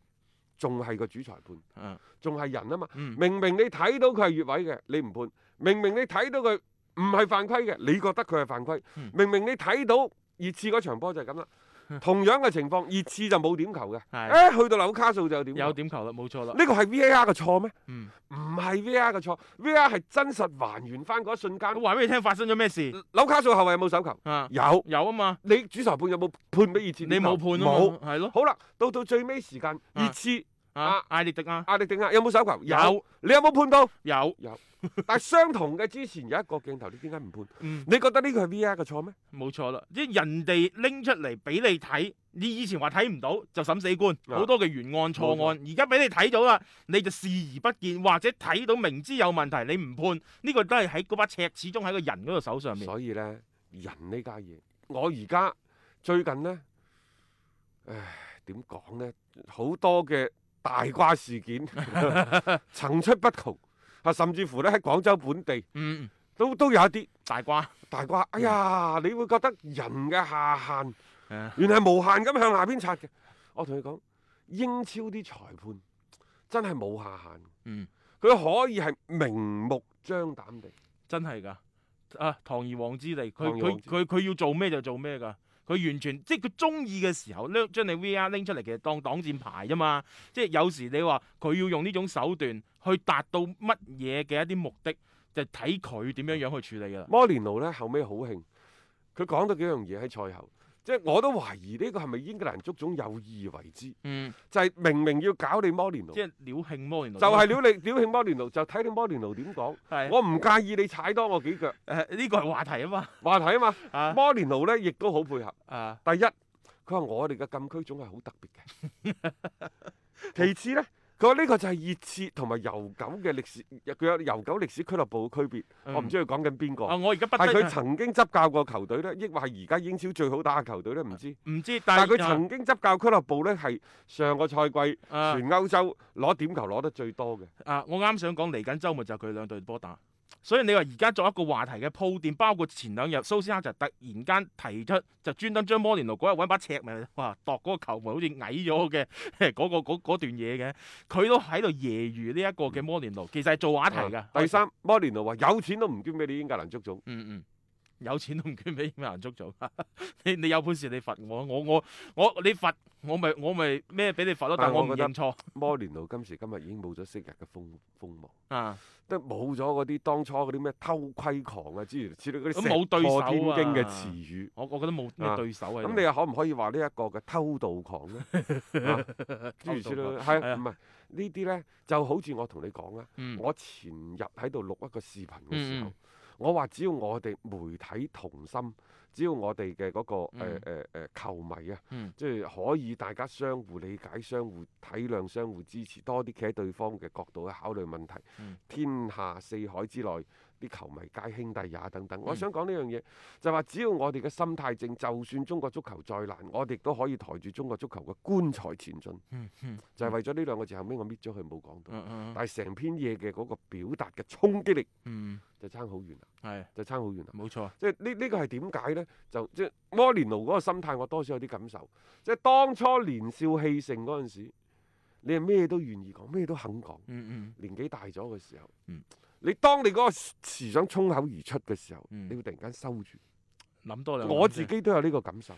[SPEAKER 2] 仲係個主裁判，
[SPEAKER 3] 啊
[SPEAKER 2] 仲係人啊嘛。
[SPEAKER 3] 嗯
[SPEAKER 2] 明明你睇到佢係越位嘅，你唔判；明明你睇到佢唔係犯規嘅，你覺得佢係犯規。
[SPEAKER 3] 嗯
[SPEAKER 2] 明明你睇到熱刺嗰場波就係咁啦，同樣嘅情況，熱刺就冇點球嘅，
[SPEAKER 3] 係
[SPEAKER 2] 誒去到紐卡素就有點球。啊
[SPEAKER 3] 有點球啦，冇錯啦，
[SPEAKER 2] 呢個係 VAR 嘅錯咩？
[SPEAKER 3] 嗯，
[SPEAKER 2] 唔係 VAR 嘅錯，VAR 係真實還原翻嗰一瞬間。
[SPEAKER 3] 我話俾你聽發生咗咩事
[SPEAKER 2] 紐卡素後衞有冇手球？
[SPEAKER 3] 啊？
[SPEAKER 2] 有。
[SPEAKER 3] 有啊嘛，
[SPEAKER 2] 你主裁判有冇判俾熱刺
[SPEAKER 3] 你
[SPEAKER 2] 點球？
[SPEAKER 3] 冇判啊
[SPEAKER 2] 冇
[SPEAKER 3] 嘛，係咯，
[SPEAKER 2] 好啦，到到最尾時間，
[SPEAKER 3] 啊
[SPEAKER 2] 熱刺
[SPEAKER 3] 啊，艾力迪啊，
[SPEAKER 2] 壓力定壓有冇手球？
[SPEAKER 3] 有
[SPEAKER 2] 你有冇判到？ [laughs]
[SPEAKER 3] 有，
[SPEAKER 2] 但係相同嘅之前有一個鏡頭，你點解唔判？
[SPEAKER 3] 嗯，
[SPEAKER 2] 你覺得呢個係 VR 嘅錯咩？
[SPEAKER 3] 冇錯啦，即係人哋拎出嚟俾你睇，你以前話睇唔到就審死官，
[SPEAKER 2] 啊
[SPEAKER 3] 好多嘅原案錯案，而家俾你睇到啦，你就視而不見，或者睇到明知有問題你唔判，呢個都係喺嗰把尺始終喺個人嗰度手上面，
[SPEAKER 2] 所以呢，人呢家嘢，我而家最近呢，唉，點講呢？好多嘅大瓜
[SPEAKER 3] [laughs]
[SPEAKER 2] 事件層出不窮啊，甚至乎呢，喺廣州本地
[SPEAKER 3] 嗯，
[SPEAKER 2] 都都有一啲
[SPEAKER 3] 大瓜，
[SPEAKER 2] 大瓜。哎呀，
[SPEAKER 3] 嗯
[SPEAKER 2] 你會覺得人嘅下限
[SPEAKER 3] 誒
[SPEAKER 2] 原來係無限咁向下邊擦嘅。我同你講，英超啲裁判真係冇下限。
[SPEAKER 3] 嗯。
[SPEAKER 2] 佢可以係明目張膽地，
[SPEAKER 3] 真係㗎啊！堂而皇之地，佢
[SPEAKER 2] 堂而
[SPEAKER 3] 佢
[SPEAKER 2] 皇之
[SPEAKER 3] 佢佢要做咩就做咩㗎。佢完全即係佢中意嘅時候咧，將你 VR 拎出嚟，其實當擋箭牌啫嘛。即係有時你話佢要用呢種手段去達到乜嘢嘅一啲目的，就睇佢點樣樣去處理㗎啦。
[SPEAKER 2] 摩連奴呢後尾好興，佢講到幾樣嘢喺賽後，即係我都懷疑呢個係咪英格蘭足總有意為之，
[SPEAKER 3] 嗯，
[SPEAKER 2] 就係、明明要搞你摩連奴，
[SPEAKER 3] 即
[SPEAKER 2] 就
[SPEAKER 3] 係撩慶摩連奴，
[SPEAKER 2] 係撩你撩興摩連奴，就睇你摩連奴點講。
[SPEAKER 3] 係
[SPEAKER 2] 我唔介意你踩多我幾腳，
[SPEAKER 3] 誒 [laughs] 呢個係話題啊
[SPEAKER 2] [laughs]
[SPEAKER 3] 嘛。
[SPEAKER 2] 話題啊嘛。
[SPEAKER 3] 啊
[SPEAKER 2] 摩連奴呢亦都好配合。
[SPEAKER 3] 啊
[SPEAKER 2] 第一，佢話我哋嘅禁區總係好特別嘅。
[SPEAKER 3] [laughs]
[SPEAKER 2] 其次呢，佢話呢個就係熱刺同埋悠久嘅歷史，佢有悠久歷史俱樂部嘅區別。我唔知佢講緊邊個。
[SPEAKER 3] 嗯啊！我而家不
[SPEAKER 2] 係佢
[SPEAKER 3] 得
[SPEAKER 2] 曾經執教過球隊呢，抑或係而家英超最好打嘅球隊呢？唔知。
[SPEAKER 3] 唔知，
[SPEAKER 2] 但
[SPEAKER 3] 但
[SPEAKER 2] 係
[SPEAKER 3] 係
[SPEAKER 2] 佢曾經執教俱樂部呢，係上個賽季
[SPEAKER 3] 啊
[SPEAKER 2] 全歐洲攞點球攞得最多嘅。
[SPEAKER 3] 啊，我啱想講嚟緊週末就佢兩隊波打，所以你話而家作一個話題嘅鋪墊，包括前兩日蘇斯克就突然間提出，就專登將摩連奴嗰日揾把尺咪哇度嗰個球門好似矮咗嘅 [laughs] 嗰、個嗰嗰段嘢嘅，佢都喺度揶揄呢一個嘅摩連奴，其實係做話題㗎
[SPEAKER 2] 嗯啊。第，三，摩連奴話有錢都唔捐俾你英格蘭足總。
[SPEAKER 3] 嗯嗯。有錢都唔捐俾英格蘭足總，啊 [laughs] 你你有本事你罰我，我我我你罰我咪我咪咩俾你罰咯，但
[SPEAKER 2] 但
[SPEAKER 3] 係我
[SPEAKER 2] 我
[SPEAKER 3] 唔
[SPEAKER 2] 覺得
[SPEAKER 3] 認錯
[SPEAKER 2] 摩連奴今時今日已經冇咗昔日嘅風風芒，
[SPEAKER 3] 啊，
[SPEAKER 2] 都冇咗嗰啲當初嗰啲咩偷窺狂啊之類之類嗰啲
[SPEAKER 3] 咁冇對
[SPEAKER 2] 石
[SPEAKER 3] 手
[SPEAKER 2] 破天驚嘅
[SPEAKER 3] 啊
[SPEAKER 2] 詞語。
[SPEAKER 3] 我我覺得冇咩
[SPEAKER 2] 啊
[SPEAKER 3] 對手喺度
[SPEAKER 2] 咁你又可唔可以話呢一個嘅偷渡狂呢？啊諸如此
[SPEAKER 3] [laughs]
[SPEAKER 2] 類，
[SPEAKER 3] 係啊
[SPEAKER 2] 係唔係呢啲呢就好似我同你講啊啦。
[SPEAKER 3] 嗯
[SPEAKER 2] 我前日喺度錄一個視頻嘅時
[SPEAKER 3] 嗯
[SPEAKER 2] 候，
[SPEAKER 3] 嗯
[SPEAKER 2] 我話只要我哋媒體同心，只要我哋嘅嗰個
[SPEAKER 3] 嗯
[SPEAKER 2] 誒誒誒球迷啊，
[SPEAKER 3] 嗯
[SPEAKER 2] 即係可以大家相互理解、相互體諒、相互支持，多啲企喺對方嘅角度去考慮問題，
[SPEAKER 3] 嗯
[SPEAKER 2] 天下四海之內啲球迷皆兄弟也等等。我想講呢樣嘢就話，只要我哋嘅心態正，就算中國足球再難，我哋都可以抬住中國足球嘅棺材前進。
[SPEAKER 3] 嗯嗯
[SPEAKER 2] 就係為咗呢兩個字，後尾我搣咗佢冇講到。
[SPEAKER 3] 嗯
[SPEAKER 2] 但係成篇嘢嘅嗰個表達嘅衝擊力
[SPEAKER 3] 嗯，
[SPEAKER 2] 就差好遠啦，
[SPEAKER 3] 係
[SPEAKER 2] 就差好遠啦。
[SPEAKER 3] 冇錯，
[SPEAKER 2] 即係呢呢個係點解呢？就即係摩連奴嗰個心態，我多少有啲感受。即係當初年少氣盛嗰陣時，你係咩都願意講，咩都肯講。
[SPEAKER 3] 嗯
[SPEAKER 2] 年紀大咗嘅時候，
[SPEAKER 3] 嗯
[SPEAKER 2] 你當你嗰個時想衝口而出嘅時候，
[SPEAKER 3] 嗯
[SPEAKER 2] 你會突然間收住。
[SPEAKER 3] 嗯，諗多兩，
[SPEAKER 2] 我自己都有呢個感受。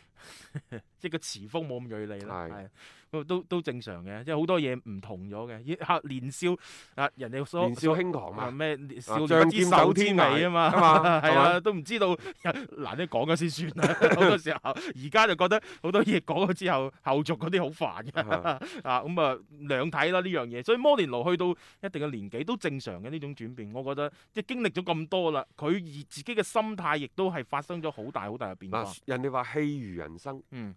[SPEAKER 3] 即係個詞風冇咁鋭利啦，
[SPEAKER 2] 係
[SPEAKER 3] 係不過都都正常嘅，即係好多嘢唔同咗嘅。一嚇年少啊，人哋所
[SPEAKER 2] 年少輕狂
[SPEAKER 3] 啊
[SPEAKER 2] 嘛，
[SPEAKER 3] 咩少年
[SPEAKER 2] 仗
[SPEAKER 3] 不知
[SPEAKER 2] 劍
[SPEAKER 3] 手
[SPEAKER 2] 走
[SPEAKER 3] 之
[SPEAKER 2] 天
[SPEAKER 3] 美
[SPEAKER 2] 涯
[SPEAKER 3] 啊嘛，
[SPEAKER 2] 啊
[SPEAKER 3] [laughs]
[SPEAKER 2] 嘛
[SPEAKER 3] 係
[SPEAKER 2] 係
[SPEAKER 3] 啊，
[SPEAKER 2] 嘛
[SPEAKER 3] 都唔知道 [laughs] 嗱，你講咗先算啦。 [laughs] 好多時候，而家就覺得好多嘢講咗之後，後續嗰啲好煩嘅
[SPEAKER 2] 啊
[SPEAKER 3] [laughs] 啊。咁啊，兩睇啦呢樣嘢。所以摩連奴去到一定嘅年紀都正常嘅呢種轉變，我覺得即係經歷咗咁多啦，佢而自己嘅心態亦都係發生咗好大好大嘅變化
[SPEAKER 2] 嗱。，人哋話戲如人生，
[SPEAKER 3] 嗯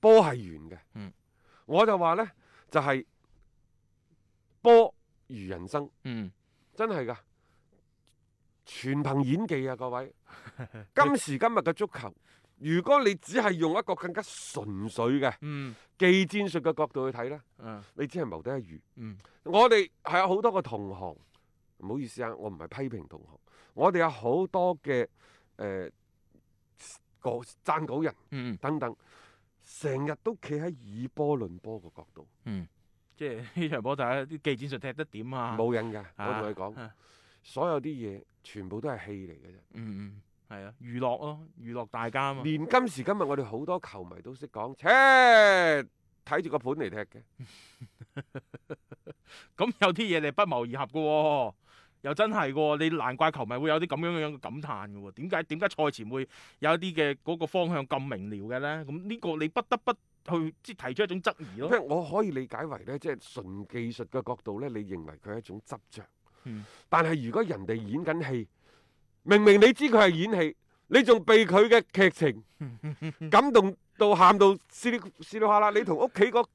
[SPEAKER 2] 波係圓嘅。
[SPEAKER 3] 嗯
[SPEAKER 2] 我就話呢，就係、波如人生。
[SPEAKER 3] 嗯，
[SPEAKER 2] 真係噶，全憑演技啊！各位，今時今日嘅足球，如果你只係用一個更加純粹嘅
[SPEAKER 3] 嗯
[SPEAKER 2] 技戰術嘅角度去睇呢，
[SPEAKER 3] 嗯
[SPEAKER 2] 你只係無得一遇。
[SPEAKER 3] 嗯
[SPEAKER 2] 我哋係有好多個同行，唔好意思啊，我唔係批評同行，我哋有好多嘅誒個撰稿人
[SPEAKER 3] 嗯，
[SPEAKER 2] 等等，成日都企喺以波論波嘅角度，
[SPEAKER 3] 嗯即係呢場波大家啲技戰術踢得點啊？
[SPEAKER 2] 冇癮㗎。我
[SPEAKER 3] 啊
[SPEAKER 2] 同你講，
[SPEAKER 3] 啊
[SPEAKER 2] 所有啲嘢全部都係戲嚟嘅啫。
[SPEAKER 3] 嗯嗯，係啊，娛樂咯，娛樂大家啊嘛。
[SPEAKER 2] 連今時今日我哋好多球迷都識講，切睇住個盤嚟踢嘅，
[SPEAKER 3] 咁有啲嘢你係不謀而合嘅喎、又真係嘅喎，你難怪球迷會有啲咁樣樣嘅感嘆嘅喎。點解點解賽前會有一啲嘅嗰個方向咁明瞭嘅咧？咁呢個你不得不去即係提出一種質疑
[SPEAKER 2] 即 [laughs]
[SPEAKER 3] 咯。
[SPEAKER 2] 係我可以理解為呢，即係純技術嘅角度呢，你認為佢係一種執着。
[SPEAKER 3] 嗯
[SPEAKER 2] 但係如果人哋演緊戲，明明你知佢係演戲，你仲被佢嘅劇
[SPEAKER 3] [laughs]
[SPEAKER 2] 情感動到喊到撕哩撕哩哈啦，你同屋企嗰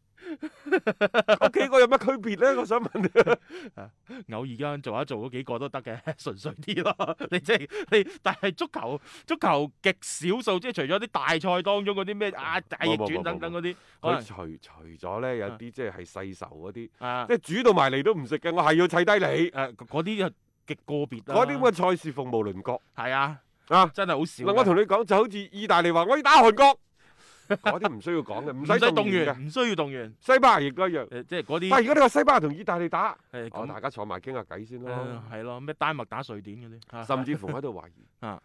[SPEAKER 2] 屋企嗰有乜區別呢？我想問你。
[SPEAKER 3] 偶爾間做一做嗰幾個都得嘅， [laughs] 純粹啲咯。 [laughs] 你即係你，但係足球足球極少數，即係除咗啲大賽當中嗰啲咩啊大逆轉等等嗰啲， [laughs] 可
[SPEAKER 2] 佢
[SPEAKER 3] 能
[SPEAKER 2] 除除咗呢，有
[SPEAKER 3] 啊
[SPEAKER 2] 啲即係係世仇嗰啲，
[SPEAKER 3] 啊
[SPEAKER 2] 即係煮到埋嚟都唔食嘅，我係要砌低你。
[SPEAKER 3] 誒嗰啲就極個別啦。
[SPEAKER 2] 嗰啲咁嘅賽事服務鄰國
[SPEAKER 3] 係啊，
[SPEAKER 2] 啊！
[SPEAKER 3] 真係好少㗎。
[SPEAKER 2] 嗱，我同你講就好似意大利話我要打
[SPEAKER 3] [laughs]
[SPEAKER 2] 韓國，嗰啲唔需要講嘅，唔
[SPEAKER 3] 唔
[SPEAKER 2] 使
[SPEAKER 3] 使動
[SPEAKER 2] 動員嘅。
[SPEAKER 3] 員，唔需要動員。
[SPEAKER 2] 西班牙亦都一樣。
[SPEAKER 3] 誒，即係嗰啲
[SPEAKER 2] 但係如果你話西班牙同意大利打，
[SPEAKER 3] 誒
[SPEAKER 2] 哦，
[SPEAKER 3] 咁
[SPEAKER 2] 大家坐埋傾下偈先
[SPEAKER 3] 誒
[SPEAKER 2] 咯。
[SPEAKER 3] 係咯，咩丹麥打瑞典嗰啲，啊
[SPEAKER 2] 甚至乎喺度懷疑
[SPEAKER 3] [laughs] 啊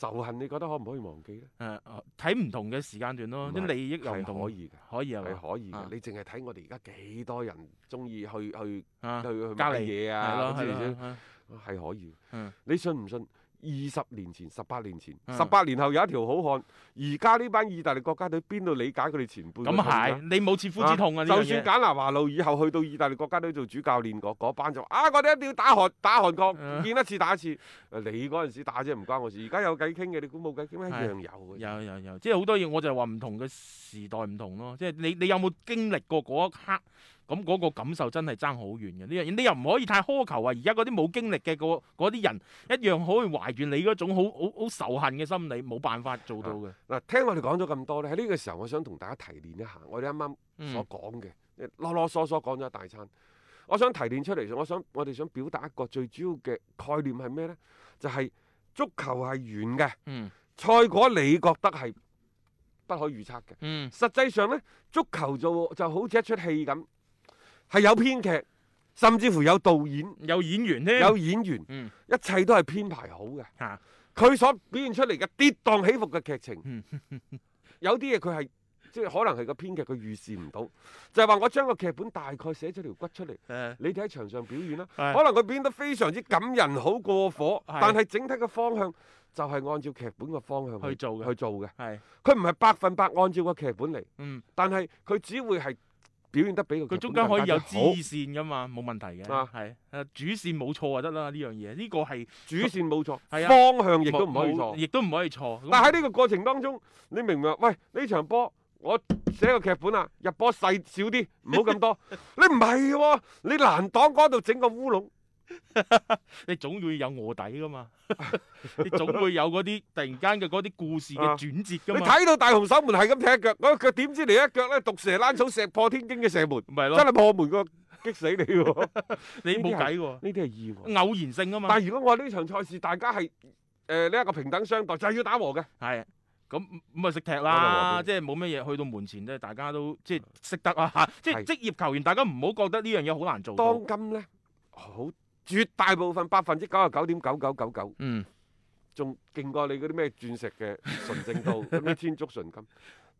[SPEAKER 2] 仇恨，你覺得可唔可以忘記咧？
[SPEAKER 3] 誒哦睇唔同嘅時間段咯，
[SPEAKER 2] 唔
[SPEAKER 3] 啲
[SPEAKER 2] 係
[SPEAKER 3] 利益又唔
[SPEAKER 2] 係
[SPEAKER 3] 同，
[SPEAKER 2] 可以嘅，
[SPEAKER 3] 可以係嘛
[SPEAKER 2] 係可以
[SPEAKER 3] 啊
[SPEAKER 2] 嘅。你淨係睇我哋而家幾多人中意去去去
[SPEAKER 3] 啊，
[SPEAKER 2] 去
[SPEAKER 3] 交
[SPEAKER 2] 買
[SPEAKER 3] 易
[SPEAKER 2] 嘢
[SPEAKER 3] 係咯
[SPEAKER 2] 啊？
[SPEAKER 3] 係
[SPEAKER 2] 之
[SPEAKER 3] 咯
[SPEAKER 2] 類之類
[SPEAKER 3] 係咯
[SPEAKER 2] 係可以嘅
[SPEAKER 3] 嗯。
[SPEAKER 2] 你信唔信？二十年前、十八年前、
[SPEAKER 3] 嗯
[SPEAKER 2] 十八年後有一條好漢。而家呢班意大利國家隊邊度理解佢哋前輩嘅
[SPEAKER 3] 咁
[SPEAKER 2] 痛啊？
[SPEAKER 3] 係你冇切膚之痛啊！呢
[SPEAKER 2] 就
[SPEAKER 3] 樣
[SPEAKER 2] 算
[SPEAKER 3] 嘢
[SPEAKER 2] 簡拿華路以後去到意大利國家隊做主教練嗰嗰班就啊，我哋一定要打韓打韓
[SPEAKER 3] 嗯
[SPEAKER 2] 國，見一次打一次。呃你嗰陣時打啫，唔關我事。而家有偈傾嘅，你估冇偈傾咩？一
[SPEAKER 3] 係
[SPEAKER 2] 樣有嘅。
[SPEAKER 3] 有有有，即係好多嘢我就話唔同嘅時代唔同咯，即係你你有冇經歷過嗰一刻？咁嗰個感受真係爭好遠嘅呢樣嘢，你又唔可以太苛求啊！而家嗰啲冇經歷嘅嗰嗰啲人，一樣可以懷住你嗰種好好好仇恨嘅心理，冇辦法做到嘅。
[SPEAKER 2] 嗱，聽我哋講咗咁多咧，喺呢個時候，我想同大家提煉一下我哋啱啱所
[SPEAKER 3] 嗯
[SPEAKER 2] 講嘅，即係囉囉嗦嗦講咗一大餐。我想提煉出嚟，我想我哋想表達一個最主要嘅概念係咩呢？就係、足球係圓嘅，
[SPEAKER 3] 嗯
[SPEAKER 2] 賽果你覺得係不可預測嘅。
[SPEAKER 3] 嗯
[SPEAKER 2] 實際上呢，足球就就好似一出戲咁，係有編劇，甚至乎有導演、
[SPEAKER 3] 有演員添，
[SPEAKER 2] 有演員，
[SPEAKER 3] 嗯
[SPEAKER 2] 一切都係編排好嘅。
[SPEAKER 3] 嚇
[SPEAKER 2] 佢所表現出嚟嘅跌宕起伏嘅劇
[SPEAKER 3] 嗯
[SPEAKER 2] 情， [laughs] 有啲嘢佢係即係可能係個編劇佢預示唔到，就係、話我將個劇本大概寫咗條骨出嚟，
[SPEAKER 3] 誒
[SPEAKER 2] 你哋喺場上表演啦。
[SPEAKER 3] 係
[SPEAKER 2] 可能佢表現得非常之感人，好過火，
[SPEAKER 3] 係
[SPEAKER 2] 但係整體嘅方向就係按照劇本嘅方向
[SPEAKER 3] 去做嘅
[SPEAKER 2] 去做嘅。
[SPEAKER 3] 係
[SPEAKER 2] 佢唔係百分百按照個劇本嚟，
[SPEAKER 3] 嗯，
[SPEAKER 2] 但係佢只會係表現得比個
[SPEAKER 3] 佢
[SPEAKER 2] 劇
[SPEAKER 3] 中
[SPEAKER 2] 本
[SPEAKER 3] 間可以
[SPEAKER 2] 更加
[SPEAKER 3] 有
[SPEAKER 2] 之
[SPEAKER 3] 支
[SPEAKER 2] 好
[SPEAKER 3] 線噶嘛，冇問題嘅，
[SPEAKER 2] 啊
[SPEAKER 3] 係誒主線冇錯就得啦呢樣嘢，呢個係
[SPEAKER 2] [laughs] 主線冇錯，
[SPEAKER 3] 係啊
[SPEAKER 2] 方向亦都唔可以
[SPEAKER 3] 冇
[SPEAKER 2] 錯。啊
[SPEAKER 3] 亦都唔可以錯。咁
[SPEAKER 2] 但喺呢個過程當中，你明唔明啊？喂，呢場波我寫個劇本啊，入
[SPEAKER 3] [laughs]
[SPEAKER 2] 波細少啲，唔好咁多。你唔係喎，你難擋嗰度整個烏龍，
[SPEAKER 3] 你總會有卧底噶嘛， [laughs] 你總會有嗰啲突然間嘅嗰啲故事嘅
[SPEAKER 2] 啊
[SPEAKER 3] 轉折
[SPEAKER 2] 你
[SPEAKER 3] 噶嘛，
[SPEAKER 2] 睇到大雄守門係咁踢一腳，嗰一腳點知你一腳咧毒蛇躝草石破天驚嘅射門，
[SPEAKER 3] 咪係
[SPEAKER 2] 真
[SPEAKER 3] 咯，
[SPEAKER 2] 係破門個激死
[SPEAKER 3] [laughs]
[SPEAKER 2] 你喎！
[SPEAKER 3] 你冇
[SPEAKER 2] 呢啲係
[SPEAKER 3] 計喎，
[SPEAKER 2] 呢啲係意外。
[SPEAKER 3] 偶然性啊嘛，
[SPEAKER 2] 但係如果我呢場賽事大家係誒呢一個平等相待，就係要打和嘅。
[SPEAKER 3] 係咁咁咪識踢
[SPEAKER 2] 我就
[SPEAKER 3] 啦，
[SPEAKER 2] 話俾
[SPEAKER 3] 即係冇乜嘢去到門前咧，大家都即係識得啊，即係
[SPEAKER 2] 係
[SPEAKER 3] 職業球員，大家唔好覺得呢樣嘢好難做到
[SPEAKER 2] 當，今咧，好絕大部分百分之九十九點九九九九，
[SPEAKER 3] 嗯，
[SPEAKER 2] 仲勁過你嗰啲咩鑽石嘅純
[SPEAKER 3] [laughs]
[SPEAKER 2] 正度、嗰啲天竺純金，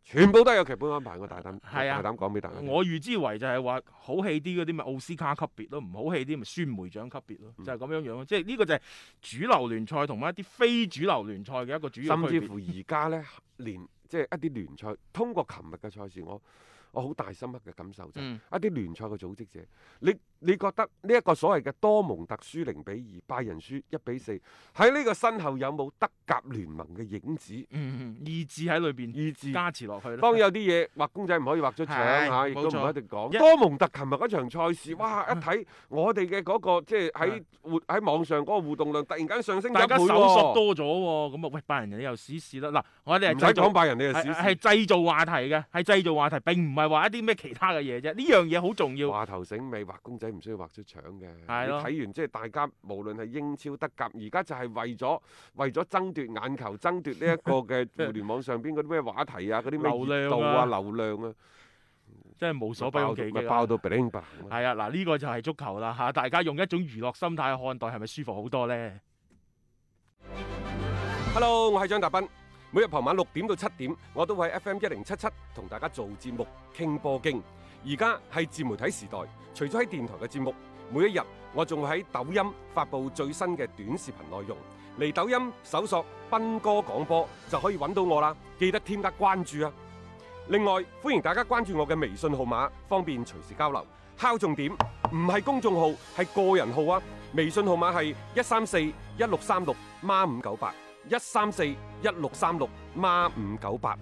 [SPEAKER 2] 全部都係有劇本安排。我大膽，
[SPEAKER 3] 係啊
[SPEAKER 2] 我大膽講俾大家聽。
[SPEAKER 3] 我預之為就係話好戲啲嗰啲咪奧斯卡級別咯，唔好戲啲咪宣梅獎級別咯，
[SPEAKER 2] 嗯
[SPEAKER 3] 就係咁樣樣咯。即係呢個就係主流聯賽同埋一啲非主流聯賽嘅一個主要
[SPEAKER 2] 甚
[SPEAKER 3] 區
[SPEAKER 2] 至
[SPEAKER 3] 別。
[SPEAKER 2] 乎而家呢，連即係一啲聯賽，通過琴日嘅賽事，我我好大深刻嘅感受就係、
[SPEAKER 3] 嗯
[SPEAKER 2] 一啲聯賽嘅組織者，你你覺得呢一個所謂嘅多蒙特輸零比二，拜仁輸一比四，喺呢個身後有冇德甲聯盟嘅影子
[SPEAKER 3] 嗯，嗯意志喺裏邊
[SPEAKER 2] 意志？
[SPEAKER 3] 加持落去咯。
[SPEAKER 2] 當有啲嘢畫公仔唔可以畫出腸
[SPEAKER 3] 係
[SPEAKER 2] 嚇，亦都唔
[SPEAKER 3] 冇錯
[SPEAKER 2] 一定講。
[SPEAKER 3] 一
[SPEAKER 2] 多蒙特琴日嗰場賽事，哇！一睇我哋嘅嗰個即係喺活喺網上嗰個互動量突然間上升咗
[SPEAKER 3] 大
[SPEAKER 2] 一
[SPEAKER 3] 家
[SPEAKER 2] 倍
[SPEAKER 3] 搜索
[SPEAKER 2] 喎，
[SPEAKER 3] 多咗喎，咁啊喂，拜仁你又試試啦。嗱，我哋
[SPEAKER 2] 唔
[SPEAKER 3] 係
[SPEAKER 2] 使
[SPEAKER 3] 製造
[SPEAKER 2] 講拜仁你就
[SPEAKER 3] 係
[SPEAKER 2] 試
[SPEAKER 3] 係
[SPEAKER 2] 試。
[SPEAKER 3] 製造話題嘅，係製造話題，並唔係話一啲咩其他嘅嘢啫。呢樣嘢好重要。
[SPEAKER 2] 話頭醒尾畫公仔唔需要畫出腸嘅，你
[SPEAKER 3] 係咯
[SPEAKER 2] 睇完即係大家無論係英超、德甲，而家就係為咗為咗爭奪眼球、爭奪呢一個嘅互聯網上邊嗰啲咩話題啊、嗰啲咩熱
[SPEAKER 3] 流量
[SPEAKER 2] 度
[SPEAKER 3] 啊
[SPEAKER 2] 啊、流量啊，
[SPEAKER 3] 真係無所不
[SPEAKER 2] 咪
[SPEAKER 3] 用
[SPEAKER 2] 爆
[SPEAKER 3] 其
[SPEAKER 2] 到咪
[SPEAKER 3] 極
[SPEAKER 2] 爆
[SPEAKER 3] 啊。
[SPEAKER 2] 到 bling bling 啊
[SPEAKER 3] 係啊，嗱呢個就係足球啦嚇，大家用一種娛樂心態去看待係咪舒服好多呢？
[SPEAKER 2] Hello，我係張達斌，每日傍晚六點到七點，我都會喺 FM 一零七七同大家做節目傾波經。而家係自媒體時代，除咗喺電台嘅節目，每一日我仲會喺抖音發布最新嘅短視頻內容。嚟抖音搜索斌哥廣播就可以揾到我啦，記得添加關注啊！另外，歡迎大家關注我嘅微信號碼，方便隨時交流。敲重點，唔係公眾號，係個人號啊！微信號碼係一三四一六三六孖五九八，一三四一六三六孖五九八。